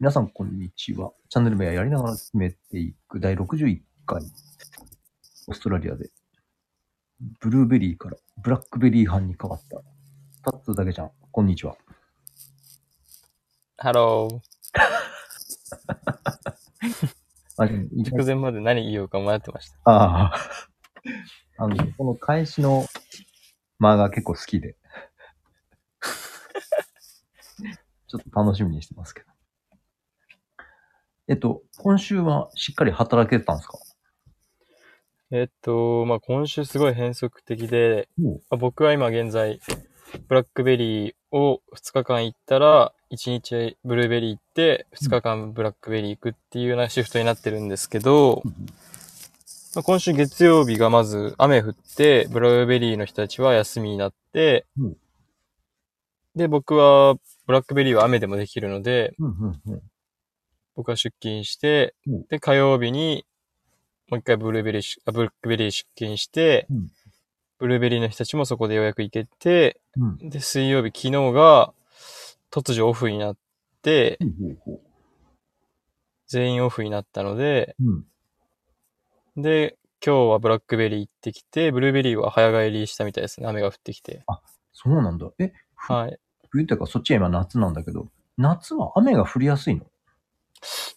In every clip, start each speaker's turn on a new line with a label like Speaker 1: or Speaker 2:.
Speaker 1: 皆さん、こんにちは。チャンネル名やりながら決めていく第61回。オーストラリアで、ブルーベリーからブラックベリー班に変わった。タッツーだけちゃん、こんにちは。
Speaker 2: ハロ
Speaker 1: あ、いい
Speaker 2: ー。直前まで何言おうか迷ってました。
Speaker 1: あ あ。あの、この返しの間が結構好 きで。ちょっと楽しみにしてますけど。えっと、今週はしっかり働けてたんですか
Speaker 2: えっと、まあ、今週すごい変則的で、
Speaker 1: おう
Speaker 2: まあ僕は今現在、ブラックベリーを2日間行ったら、1日ブルーベリー行って、2日間ブラックベリー行くっていうようなシフトになってるんですけど、
Speaker 1: うん
Speaker 2: まあ、今週月曜日がまず雨降って、ブルーベリーの人たちは休みになって、
Speaker 1: うん
Speaker 2: で、僕はブラックベリーは雨でもできるので、
Speaker 1: うんうんうん。
Speaker 2: 僕は出勤して、
Speaker 1: うん
Speaker 2: で、火曜日に、もう一回ブルーベリーし、あブルックベリー出勤して、
Speaker 1: うん
Speaker 2: ブルーベリーの人たちもそこでようやく行けて、
Speaker 1: うん。
Speaker 2: で、水曜日、昨日が、突如オフになって、
Speaker 1: ほうほうほ
Speaker 2: 全員オフになったので、
Speaker 1: う。うん。
Speaker 2: で、今日はブラックベリー行ってきて、ブルーベリーは早帰りしたみたいですね。雨が降ってきて。
Speaker 1: そうなんだ。え、
Speaker 2: はい。
Speaker 1: 冬というかそっちは今夏なんだけど、夏は雨が降りやすいの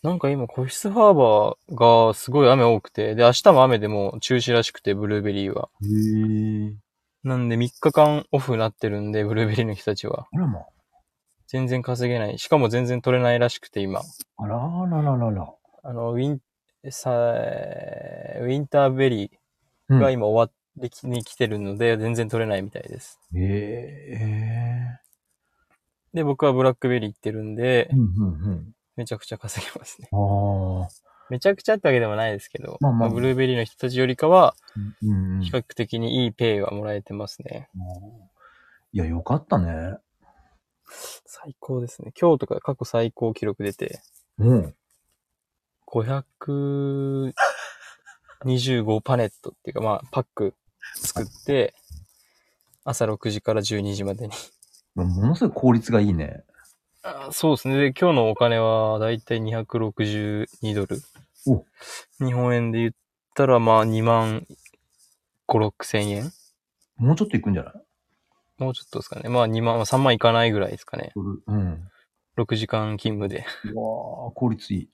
Speaker 2: なんか今、コフィスハーバーがすごい雨多くて、で、明日も雨でもう中止らしくて、ブルーベリーは。
Speaker 1: へえ。
Speaker 2: なんで3日間オフになってるんで、ブルーベリーの人たちは。
Speaker 1: あらま。
Speaker 2: 全然稼げない。しかも全然取れないらしくて、今。
Speaker 1: あらあらららら。
Speaker 2: あの、ウィン、さ、えーウィンターベリ
Speaker 1: う
Speaker 2: ー
Speaker 1: ん
Speaker 2: が今終わってき、に来てるので、全然取れないみたいです。
Speaker 1: へえ。
Speaker 2: で、僕はブラックベリー行ってるんで
Speaker 1: うん、うん
Speaker 2: めちゃくちゃ稼げますね。
Speaker 1: うん。ああ。
Speaker 2: めちゃくちゃってわけでもないですけど、
Speaker 1: まあまあ
Speaker 2: ブルーベリーの人たちよりかは、
Speaker 1: うんうん
Speaker 2: 比較的にいいペイはもらえてますね。
Speaker 1: いや、よかったね。
Speaker 2: 最高ですね。今日とか過去最高記録出て、
Speaker 1: うん。
Speaker 2: 525パネットっていうか、まあ、パック作って、朝6時から12時までに。
Speaker 1: ものすごい効率がいいね。
Speaker 2: あーそうですね。で、今日のお金はだいたい262ドル。
Speaker 1: お
Speaker 2: 日本円で言ったら、まあ、2万5、6千円
Speaker 1: もうちょっといくんじゃない
Speaker 2: もうちょっとですかね。まあ、2万、まあ3万いかないぐらいですかね。
Speaker 1: うん。
Speaker 2: 6時間勤務で。
Speaker 1: うわあ、効率いい。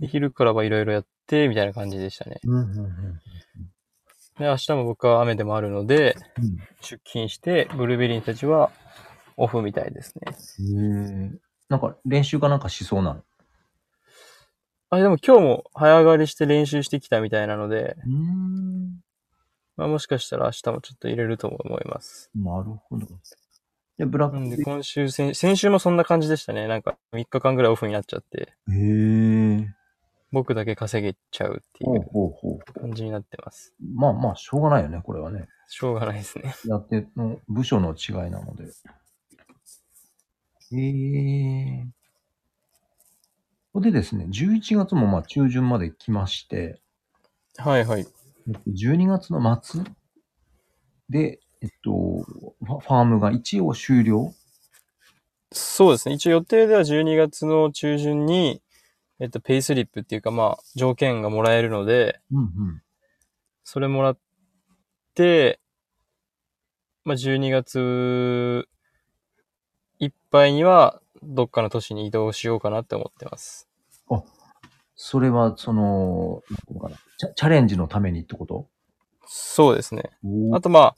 Speaker 2: で昼からはいろいろやって、みたいな感じでしたね。
Speaker 1: うんうんうん。
Speaker 2: で、明日も僕は雨でもあるので、出勤して、ブルーベリーたちはオフみたいですね。
Speaker 1: うん、へえ。なんか練習かなんかしそうなの。
Speaker 2: あ、でも今日も早上がりして練習してきたみたいなので、
Speaker 1: うん。
Speaker 2: まあ、もしかしたら明日もちょっと入れるとも思います。
Speaker 1: なるほど。で、ブラッ
Speaker 2: なん
Speaker 1: ク
Speaker 2: で今週先、先週もそんな感じでしたね。なんか3日間ぐらいオフになっちゃって、
Speaker 1: へえ。
Speaker 2: 僕だけ稼げちゃうってい
Speaker 1: ほう
Speaker 2: う
Speaker 1: ほうほう。
Speaker 2: 感じになってます。
Speaker 1: まあまあ、しょうがないよね、これはね。
Speaker 2: しょうがないですね。
Speaker 1: やっての部署の違いなので。ええこれでですね、11月もまあ中旬まで来まして、
Speaker 2: はいはい。
Speaker 1: えっと12月の末で、えっと、ファファームが一応終了。
Speaker 2: そうですね。一応予定では12月の中旬に、えっと、ペイスリップっていうかまあ、条件がもらえるので、
Speaker 1: うんうん。
Speaker 2: それもらって、まあ、12月いっぱいには、どっかの都市に移動しようかなって思ってます。
Speaker 1: それは、その、なんていうのかなチャ、チャレンジのためにってこと
Speaker 2: そうですね。
Speaker 1: お
Speaker 2: あとまあ、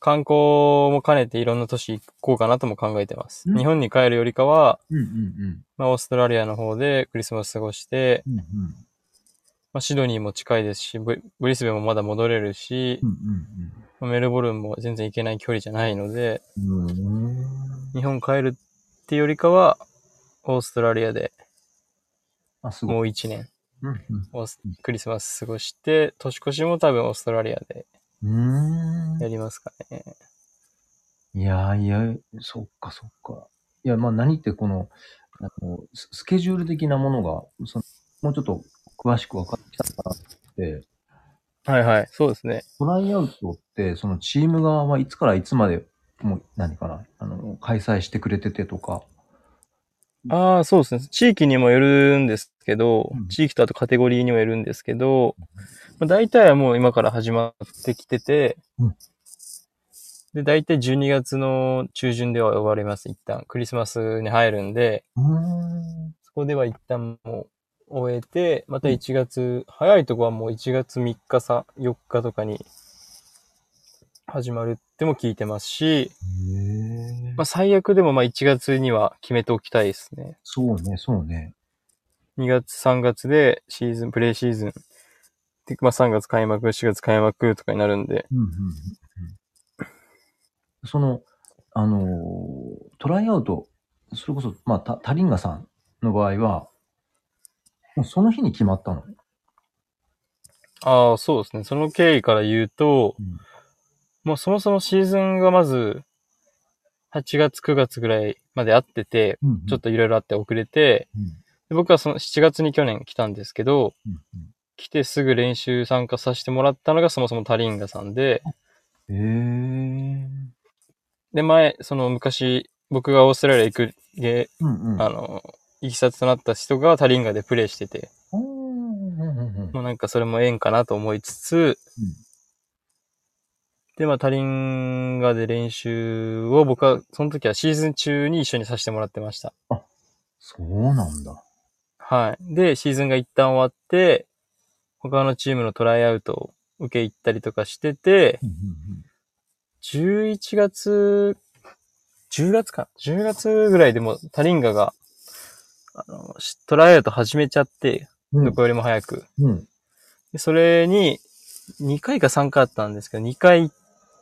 Speaker 2: 観光も兼ねていろんな都市行こうかなとも考えてます。
Speaker 1: うん
Speaker 2: 日本に帰るよりかは、
Speaker 1: うんうん
Speaker 2: まあ、オーストラリアの方でクリスマス過ごして、
Speaker 1: うん。うん
Speaker 2: まあ、シドニーも近いですし、ブリブリスベンもまだ戻れるし
Speaker 1: うん。う、ん
Speaker 2: まあメルボルンも全然行けない距離じゃないので、
Speaker 1: うんうん。うーん。
Speaker 2: 日本帰るってよりかは、オーストラリアで
Speaker 1: あ、すごい。
Speaker 2: もう1年、
Speaker 1: うんうん
Speaker 2: オースクリスマス過ごして、年越しも多分オーストラリアで
Speaker 1: うーん
Speaker 2: やりますかね。
Speaker 1: いやーいや、そっかそっか。いや、まあ何ってこの、あのススケジュール的なものが、そのもうちょっと詳しく分かってきたかなって、
Speaker 2: はいはい、そうですね。
Speaker 1: トライアウトって、そのチーム側はいつからいつまで、もう何かな、あの、開催してくれててとか、
Speaker 2: ああ、そうですね。地域にもよるんですけど、
Speaker 1: うん
Speaker 2: 地域とあとカテゴリーにもよるんですけど、まあ、大体はもう今から始まってきてて、
Speaker 1: うん
Speaker 2: で、大体12月の中旬では終わります、一旦。クリスマスに入るんで、
Speaker 1: うーん。
Speaker 2: そこでは一旦もう終えて、また1月、早いとこはもう1月3日さ、4日とかに始まるっても聞いてますし、
Speaker 1: へえ
Speaker 2: まあ最悪でもまあ1月には決めておきたいですね。
Speaker 1: そうね、そうね。
Speaker 2: 2月、3月でシーズン、プレイシーズン。で、まあ3月開幕、4月開幕とかになるんで。
Speaker 1: うんうんうんうん。その、あのートライアウト、それこそ、まあ、タタリンガさんの場合は、もうその日に決まったの。
Speaker 2: ああ、そうですね。その経緯から言うと、
Speaker 1: うん
Speaker 2: もうそもそもシーズンがまず、8月、9月ぐらいまであってて、
Speaker 1: うんうん
Speaker 2: ちょっといろいろあって遅れて、
Speaker 1: うん
Speaker 2: で僕はその7月に去年来たんですけど、
Speaker 1: うん
Speaker 2: 来てすぐ練習参加させてもらったのがそもそもタリンガさんで、
Speaker 1: うん。へえ。
Speaker 2: で、前、その昔、僕がオーストラリア行くゲ
Speaker 1: うんうん。
Speaker 2: あの、いきさつとなった人がタリンガでプレイしてて、
Speaker 1: うんうんうん
Speaker 2: もうなんかそれも縁かなと思いつつ、
Speaker 1: うん
Speaker 2: で、まあタリンガで練習を僕は、その時はシーズン中に一緒にさせてもらってました。
Speaker 1: そうなんだ。
Speaker 2: はい。で、シーズンが一旦終わって、他のチームのトライアウトを受け入ったりとかしてて、
Speaker 1: うんうん
Speaker 2: 11月、10月か ?10 月ぐらいでもタリンガが、あの、しトライアウト始めちゃって、
Speaker 1: うん
Speaker 2: どこよりも早く。
Speaker 1: うん。
Speaker 2: で、それに、2回か3回あったんですけど、2回行っ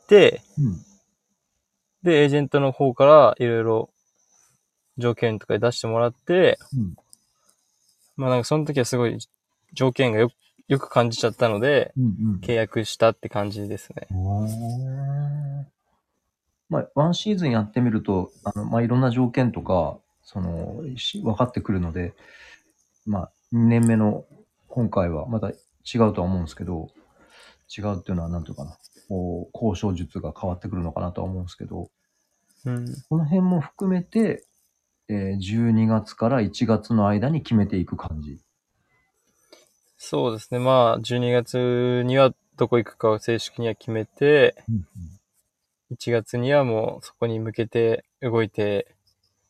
Speaker 2: て、
Speaker 1: うん。
Speaker 2: で、エージェントの方からいろいろ条件とか出してもらって、
Speaker 1: うん
Speaker 2: まあなんかその時はすごい条件がよくよく感じちゃったので、
Speaker 1: うん
Speaker 2: 契約したって感じですね。
Speaker 1: うん。おーまあ、ワンシーズンやってみると、あの、まあ、いろんな条件とか、その、し分かってくるので、まあ、2年目の今回はまた違うとは思うんですけど、違うっていうのはなんていうかな、こう、交渉術が変わってくるのかなとは思うんですけど、
Speaker 2: うん。
Speaker 1: この辺も含めて、えー12月から1月の間に決めていく感じ。
Speaker 2: そうですね。まあ12月にはどこ行くかを正式には決めて、1月にはもうそこに向けて動いて、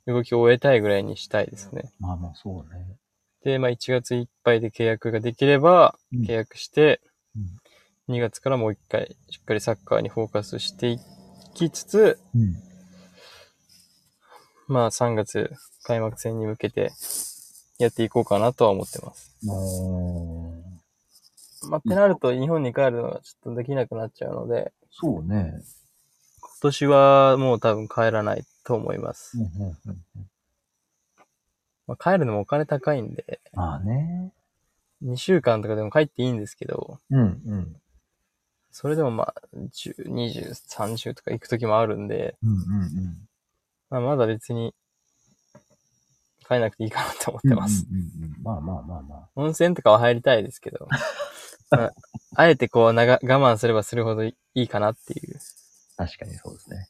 Speaker 2: 動きを終えたいぐらいにしたいですね。
Speaker 1: まあまあ、そうね。
Speaker 2: で、まあ1月いっぱいで契約ができれば
Speaker 1: うん、
Speaker 2: 契約して、2月からもう1回しっかりサッカーにフォーカスしていきつつ、
Speaker 1: うん。
Speaker 2: まあ3月開幕戦に向けてやっていこうかなとは思ってます。
Speaker 1: ああ。
Speaker 2: まあってなると日本に帰るのがちょっとできなくなっちゃうので、
Speaker 1: そうね。
Speaker 2: 今年はもう多分帰らないと思います。まあ、帰るのもお金高いんで、
Speaker 1: まあね。
Speaker 2: 2週間とかでも帰っていいんですけど、
Speaker 1: うんうん。
Speaker 2: それでもまあ、10 20、30とか行く時もあるんで、
Speaker 1: うんうん
Speaker 2: まあ、まだ別に、帰らなくていいかなと思
Speaker 1: う
Speaker 2: っ
Speaker 1: ん。
Speaker 2: てます。。
Speaker 1: うんうんうん、まあまあまあまあ。
Speaker 2: 温泉とかは入りたいですけ ど、まあ、あえてこう、なが我慢すればするほどいいかなっていう。
Speaker 1: 確かにそうですね。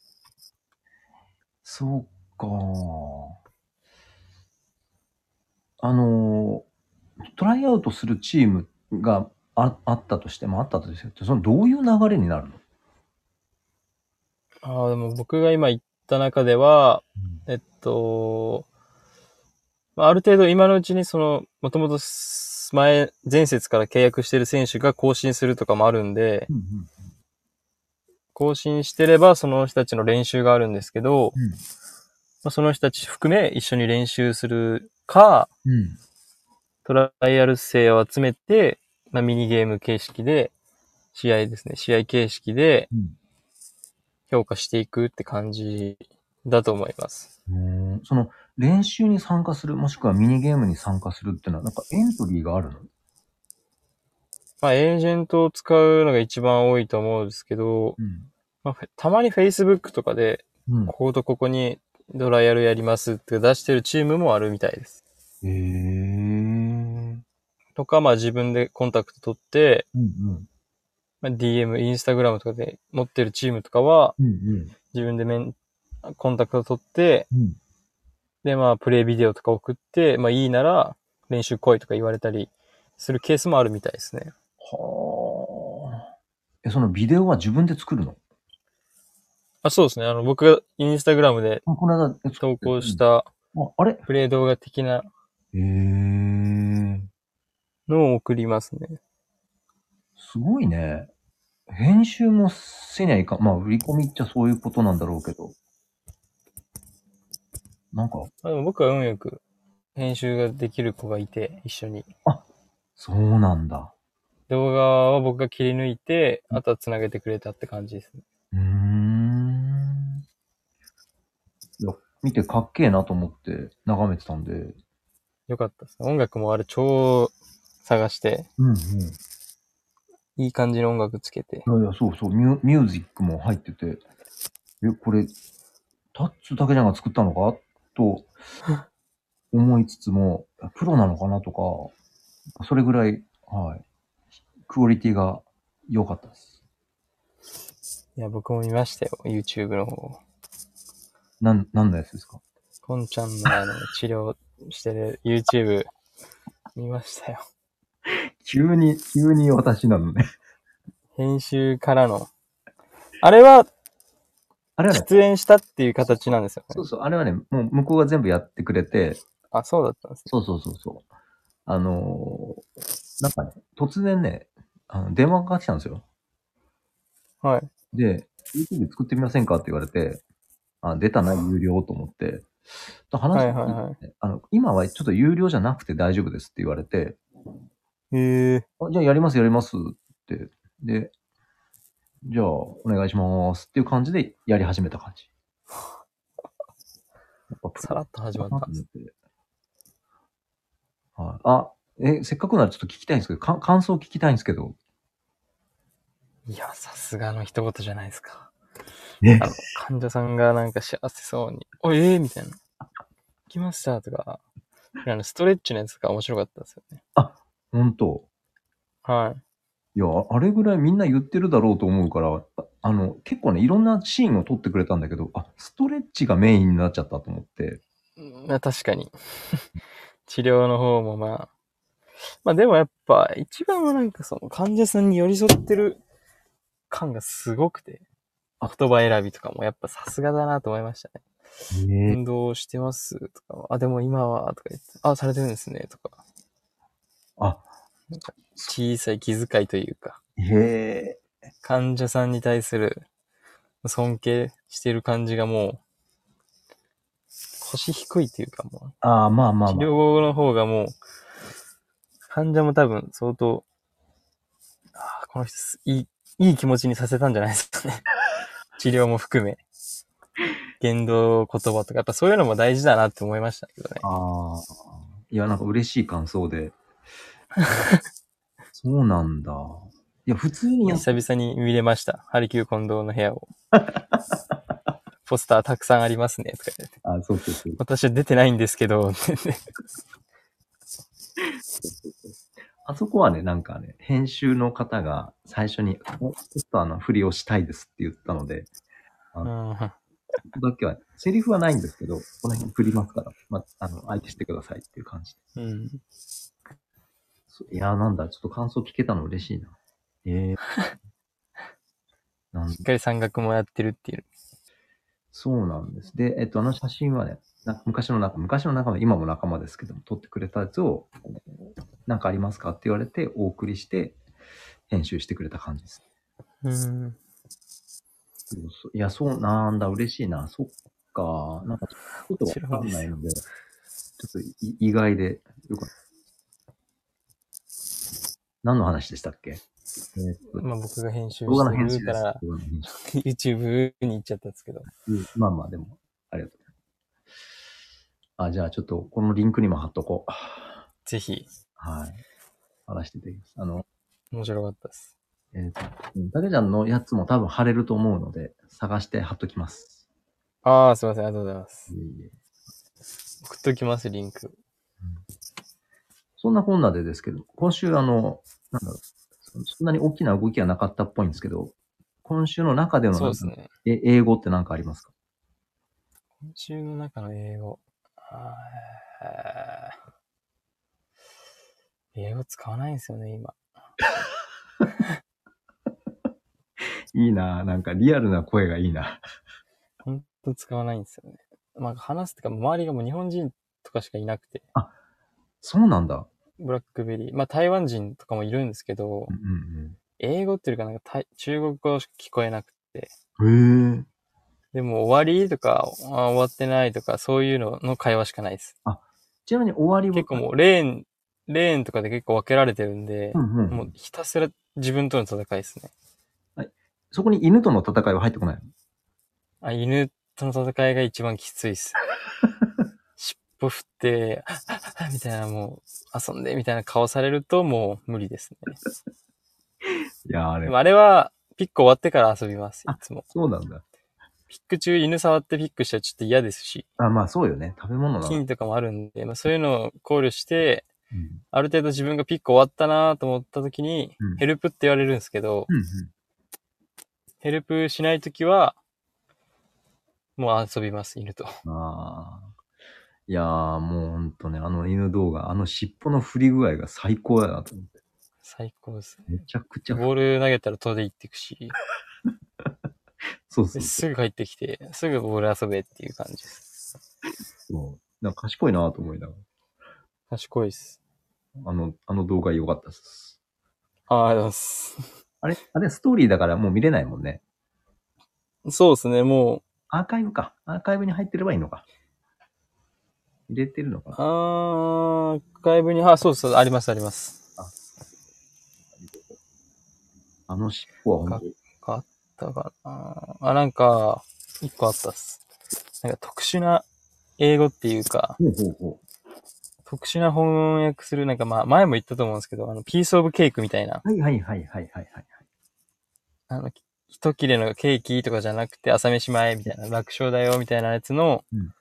Speaker 1: そうか。あのー、トライアウトするチームがああったとしても、あったとして、そのどういう流れになるの、
Speaker 2: ああ、でも僕が今行った中では、えっと、まあある程度今のうちにその、もともと前、前節から契約してる選手が更新するとかもあるんで、
Speaker 1: うん
Speaker 2: 更新してればその人たちの練習があるんですけど、
Speaker 1: うん
Speaker 2: まあ、その人たち含め一緒に練習するか、
Speaker 1: うん
Speaker 2: トライアル生を集めて、まあ、ミニゲーム形式で、試合ですね、試合形式で
Speaker 1: うん
Speaker 2: 評価していくって感じだと思います。
Speaker 1: うんうーんその練習に参加する、もしくはミニゲームに参加するっていうのは、なんかエントリーがあるの
Speaker 2: まあ、エージェントを使うのが一番多いと思うんですけど、
Speaker 1: うん。
Speaker 2: まあ、フェたまに Facebook とかで、
Speaker 1: うん
Speaker 2: こことここにトライアルやりますって出してるチームもあるみたいです。
Speaker 1: へえ。うん
Speaker 2: とか、まあ自分でコンタクト取って、
Speaker 1: うん。
Speaker 2: まあ、DM、Instagram とかで持ってるチームとかは、
Speaker 1: うんうん。
Speaker 2: 自分でメン、コンタクト取って、
Speaker 1: うん
Speaker 2: で、まあ、プレイビデオとか送って、まあ、いいなら練習来いとか言われたりするケースもあるみたいですね。
Speaker 1: はあ。え、そのビデオは自分で作るの
Speaker 2: あ、そうですね。あの、僕がインスタグラムで
Speaker 1: あこの間え作
Speaker 2: 投稿
Speaker 1: っ
Speaker 2: し
Speaker 1: たて。ああれ
Speaker 2: プレイ動画的な
Speaker 1: へえ。
Speaker 2: のを送りますね。
Speaker 1: すごいね。編集もせにゃいかん。まあ、売り込みっちゃそういうことなんだろうけど。なんか、
Speaker 2: あでも僕は運よく編集ができる子がいて、一緒に。
Speaker 1: そうなんだ。
Speaker 2: 動画は僕が切り抜いて、あとは繋げてくれたって感じですね。
Speaker 1: うーん。いや、見てかっけえなと思って眺めてたんで。うん
Speaker 2: よかったですね。音楽もあれ超探して、
Speaker 1: うん。
Speaker 2: いい感じの音楽つけて。
Speaker 1: いやいや、そうそうミュ、ミュージックも入ってて、え、これ、タッツだけじゃんが作ったのかと思いつつも、プロなのかなとか、それぐらい、はい、クオリティが良かったです。
Speaker 2: いや、僕も見ましたよ。YouTube の方。
Speaker 1: なん、なんのやつですか
Speaker 2: こんちゃんのあの、治療してる YouTube 見ましたよ。
Speaker 1: 急に、急に私なのね。
Speaker 2: 編集からの。あれは
Speaker 1: あれはね、
Speaker 2: 出演したっていう形なんですよ
Speaker 1: そ
Speaker 2: ね
Speaker 1: う。そう、あれはね、もう向こうが全部やってくれて、
Speaker 2: あ、そうだったんですね。
Speaker 1: そうそうそうそう。あのーなんかね、突然ね、あの電話がかかってきたんですよ。
Speaker 2: はい。
Speaker 1: で、YouTube 作ってみませんかって言われて、あ出たな、有料と思って、と話して、
Speaker 2: はいはいは
Speaker 1: あの今はちょっと有料じゃなくて大丈夫ですって言われて、
Speaker 2: へえ。
Speaker 1: あじゃあやります、やりますって。で、じゃあお願いしますっていう感じでやり始めた感 じ。やっぱプロ
Speaker 2: さらっと始まったんです。
Speaker 1: はいあ、え、せっかくならちょっと聞きたいんですけど、か感想聞きたいんですけど。
Speaker 2: いや、さすがの一言じゃないですか。
Speaker 1: ね
Speaker 2: あの、患者さんがなんか幸せそうに、おええみたいな。来ましたとか、あのストレッチのやつが面白かったですよね。
Speaker 1: 本当
Speaker 2: はい。
Speaker 1: いや、ああれぐらいみんな言ってるだろうと思うから、ああの、結構ね、いろんなシーンを撮ってくれたんだけど、あ、ストレッチがメインになっちゃったと思って。
Speaker 2: まあ確かに。 治療の方もまあ。まあでもやっぱ一番はなんかその患者さんに寄り添ってる感がすごくて、言葉選びとかもやっぱさすがだなと思いましたね。
Speaker 1: ね
Speaker 2: 運動してますとか、あ、でも今はとか言って、あ、されてるんですねとか、
Speaker 1: あ、
Speaker 2: 小さい気遣いというか、
Speaker 1: へえ。
Speaker 2: 患者さんに対する尊敬してる感じがもう、腰低いというかもう、
Speaker 1: あーまあまあ
Speaker 2: 治
Speaker 1: まあ。
Speaker 2: 療後の方がもう、患者も多分相当、ああ、この人す、いい、いい気持ちにさせたんじゃないですかね。 治療も含め。言動、言葉とか、やっぱそういうのも大事だなって思いましたけどね。
Speaker 1: ああ。いや、なんか嬉しい感想 で。そうなんだ。いや、普通にやっ
Speaker 2: 久々に見れました。ハリキュー近藤の部屋 を。ポスターたくさんありますね、とか言って。
Speaker 1: あ、そうそうそう。
Speaker 2: 私は出てないんですけど、って言って
Speaker 1: あそこはね、なんかね、編集の方が最初に、おちょっとあの、振りをしたいですって言ったので、
Speaker 2: うん
Speaker 1: ここだけは、セリフはないんですけど、この辺振りますから、まあ、あの、相手してくださいっていう感じ。
Speaker 2: うん。
Speaker 1: そういやーなんだ、ちょっと感想聞けたの嬉しいな。ええ なん
Speaker 2: しっかり山岳もやってるっていう。
Speaker 1: そうなんです。で、えっと、あの写真はね、な昔の仲、昔の仲間、今も仲間ですけども、撮ってくれたやつを、なんかありますかって言われて、お送りして、編集してくれた感じです。
Speaker 2: うん。
Speaker 1: そうそういや、そうなんだ、嬉しいな、そっか、なんか、ちょっとわかんないので、ちょっとい意外でよかった。何の話でしたっけえーっと、
Speaker 2: まあ僕が編集
Speaker 1: 動画の編
Speaker 2: し
Speaker 1: 集
Speaker 2: て
Speaker 1: で
Speaker 2: る
Speaker 1: す
Speaker 2: から。、
Speaker 1: 動画の編集
Speaker 2: YouTube に行っちゃったんですけど。
Speaker 1: うんまあまあ、でも、ありがとう。あ、じゃあちょっと、このリンクにも貼っとこう。
Speaker 2: ぜひ、
Speaker 1: はい。話していただきます。あの、
Speaker 2: 面白かったです。
Speaker 1: えーっ、と、うんたけちゃんのやつも多分貼れると思うので、探して貼っときます。
Speaker 2: ああ、すいません、ありがとうございます
Speaker 1: い。えいえ
Speaker 2: 送っときます、リンク。
Speaker 1: そんなこんなでですけど、今週あの、なんだろう、そそんなに大きな動きはなかったっぽいんですけど、今週の中での
Speaker 2: そうですね。
Speaker 1: え英語って何かありますか
Speaker 2: 今週の中の英語。ああー英語使わないんですよね、今。
Speaker 1: いいななんかリアルな声がいいな。
Speaker 2: ほんと使わないんですよね。まあ話すとか、周りがもう日本人とかしかいなくて、
Speaker 1: そうなんだ。
Speaker 2: ブラックベリー。まあ台湾人とかもいるんですけど
Speaker 1: う、ん
Speaker 2: 英語っていうかなんかタイ中国語しか聞こえなくて、
Speaker 1: うん。へえ。
Speaker 2: でも終わりとか、あ終わってないとか、そういうのの会話しかないです。
Speaker 1: ちなみに終わりは
Speaker 2: 結構もうレーン、レーンとかで結構分けられてるんで
Speaker 1: う、んうん、
Speaker 2: もうひたすら自分との戦いですね。
Speaker 1: そこに犬との戦いは入ってこない。
Speaker 2: あ、犬との戦いが一番きついっす。尻尾振って、 みたいなもう、遊んでみたいな顔されるともう無理ですね。
Speaker 1: いやー、あ
Speaker 2: で
Speaker 1: れ
Speaker 2: も。あれは、ピック終わってから遊びます、いつも。
Speaker 1: そうなんだ。
Speaker 2: ピック中犬触ってピックしたらちょっと嫌ですし、
Speaker 1: あ、まあそうよね。食べ物なの。
Speaker 2: 金とかもあるんで、まあ、そういうのを考慮して、
Speaker 1: うん
Speaker 2: ある程度自分がピック終わったなと思った時に
Speaker 1: うん、
Speaker 2: ヘルプって言われるんですけど、
Speaker 1: うんうん
Speaker 2: ヘルプしない時は、もう遊びます、犬と。
Speaker 1: ああ。いやー、もうほんとね、あの犬動画、あの尻尾の振り具合が最高だなと思って。
Speaker 2: 最高です。
Speaker 1: めちゃくちゃ、
Speaker 2: ボール投げたら遠で行ってくし、
Speaker 1: そうそうそ
Speaker 2: すぐ帰ってきて、すぐボール遊べっていう感じです。
Speaker 1: う。なんか賢いなと思いなが
Speaker 2: 賢いっす。
Speaker 1: ら。あの、あの動画良かったです。
Speaker 2: ああ、す。
Speaker 1: あれあれ、ストーリーだからもう見れないもんね。
Speaker 2: そうですね、も
Speaker 1: アーカイブか。アーカイブに入ってればいいのか。入れてるのか
Speaker 2: う、
Speaker 1: な
Speaker 2: あー、外部に、あ、そうそう、あります、あります。
Speaker 1: あの尻尾はほんとに
Speaker 2: あったかな。あ、なんか、一個あったっす。なんか特殊な英語っていうか、
Speaker 1: ほうほうほ
Speaker 2: 特殊な翻訳する、なんかまあ、前も言ったと思うんですけど、あの、ピースオブケークみたいな、
Speaker 1: う。はいはいはいはいはいはい。
Speaker 2: あの、一切れのケーキとかじゃなくて、朝飯前みたいな、楽勝だよみたいなやつの、
Speaker 1: うん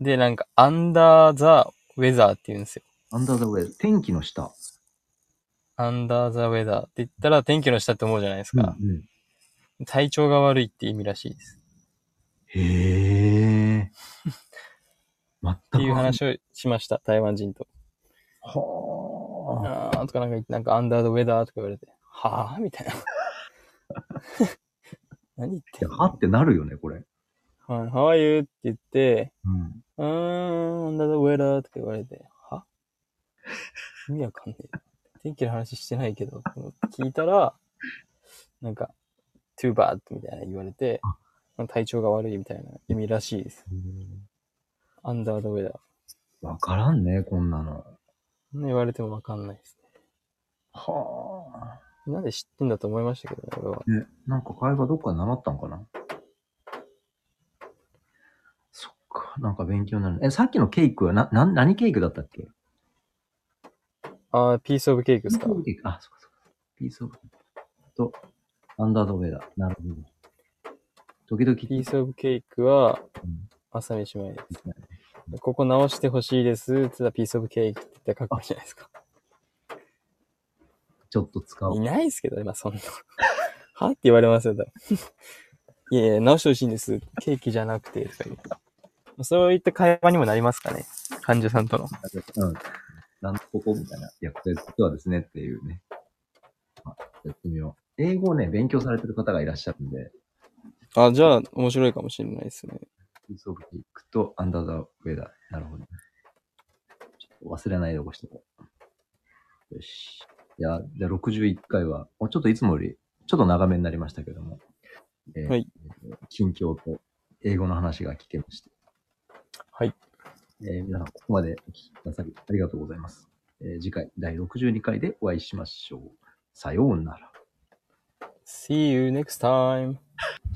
Speaker 2: で、なんか、アンダーザウェザーって言うんですよ。
Speaker 1: アンダーザウェル、天気の下。
Speaker 2: アンダーザウェザーって言ったら天気の下って思うじゃないです
Speaker 1: うん
Speaker 2: か。体調が悪いって意味らしいです。
Speaker 1: へえ。全く。
Speaker 2: っていう話をしました、台湾人と。
Speaker 1: はあ。
Speaker 2: あーとかなんか言って、なんかアンダーザウェザーとか言われて、はぁみたいな。 何言っ
Speaker 1: い
Speaker 2: て
Speaker 1: や
Speaker 2: んの
Speaker 1: はってなるよね、これ。
Speaker 2: はい、How are you? って言って、
Speaker 1: うん。
Speaker 2: うーん、アンダーザウェザーとか言われて、は意味わかんねえ。天気の話してないけど、と思って聞いたら、なんか、too bad みたいな言われて、体調が悪いみたいな意味らしいです。アンダーザウェザー。
Speaker 1: わからんね、こんなの。
Speaker 2: 言われてもわかんないです
Speaker 1: はあ。
Speaker 2: ね。なんで知ってんだと思いましたけどね、俺は。
Speaker 1: ね、なんか会話どっかで習ったんかな。そっか、なんか勉強になる。え、さっきのケークはな、な、何ケークだったっけ
Speaker 2: あー、ピースオブケークですか。
Speaker 1: ピースオブケーキあ、そっかそっか。ピースオブケーキと、アンダードウェイだ。なるほど。時々、
Speaker 2: ピースオブケークは
Speaker 1: うん、
Speaker 2: 朝飯前です。ここ直してほしいです。つったらピースオブケーキって言ったらかっこいいじゃないですか。
Speaker 1: ちょっと使お。
Speaker 2: いうないですけどね、まあそんな。 はって言われますよ、多分 いやいや、直してほしいんです。ケーキじゃなくて、とか言うとそういった会話にもなりますかね。患者さんとの。
Speaker 1: うん。なんのことみたいな。いや、これ実はですねっていうね。あやってみよう。英語をね、勉強されてる方がいらっしゃるんで、
Speaker 2: あ、じゃあ、面白いかもしれないですね。
Speaker 1: ピースオブケークとアンダーザウェイだ。なるほど。ちょっと忘れないでおこしてこう。よし。いや、じゃあ61回は、おちょっといつもより、ちょっと長めになりましたけども、えー
Speaker 2: はい
Speaker 1: 近況と英語の話が聞けまして。
Speaker 2: はい。
Speaker 1: えー皆さん、ここまでお聞きくださりありがとうございます。えー次回、第62回でお会いしましょう。さようなら。
Speaker 2: See you next time!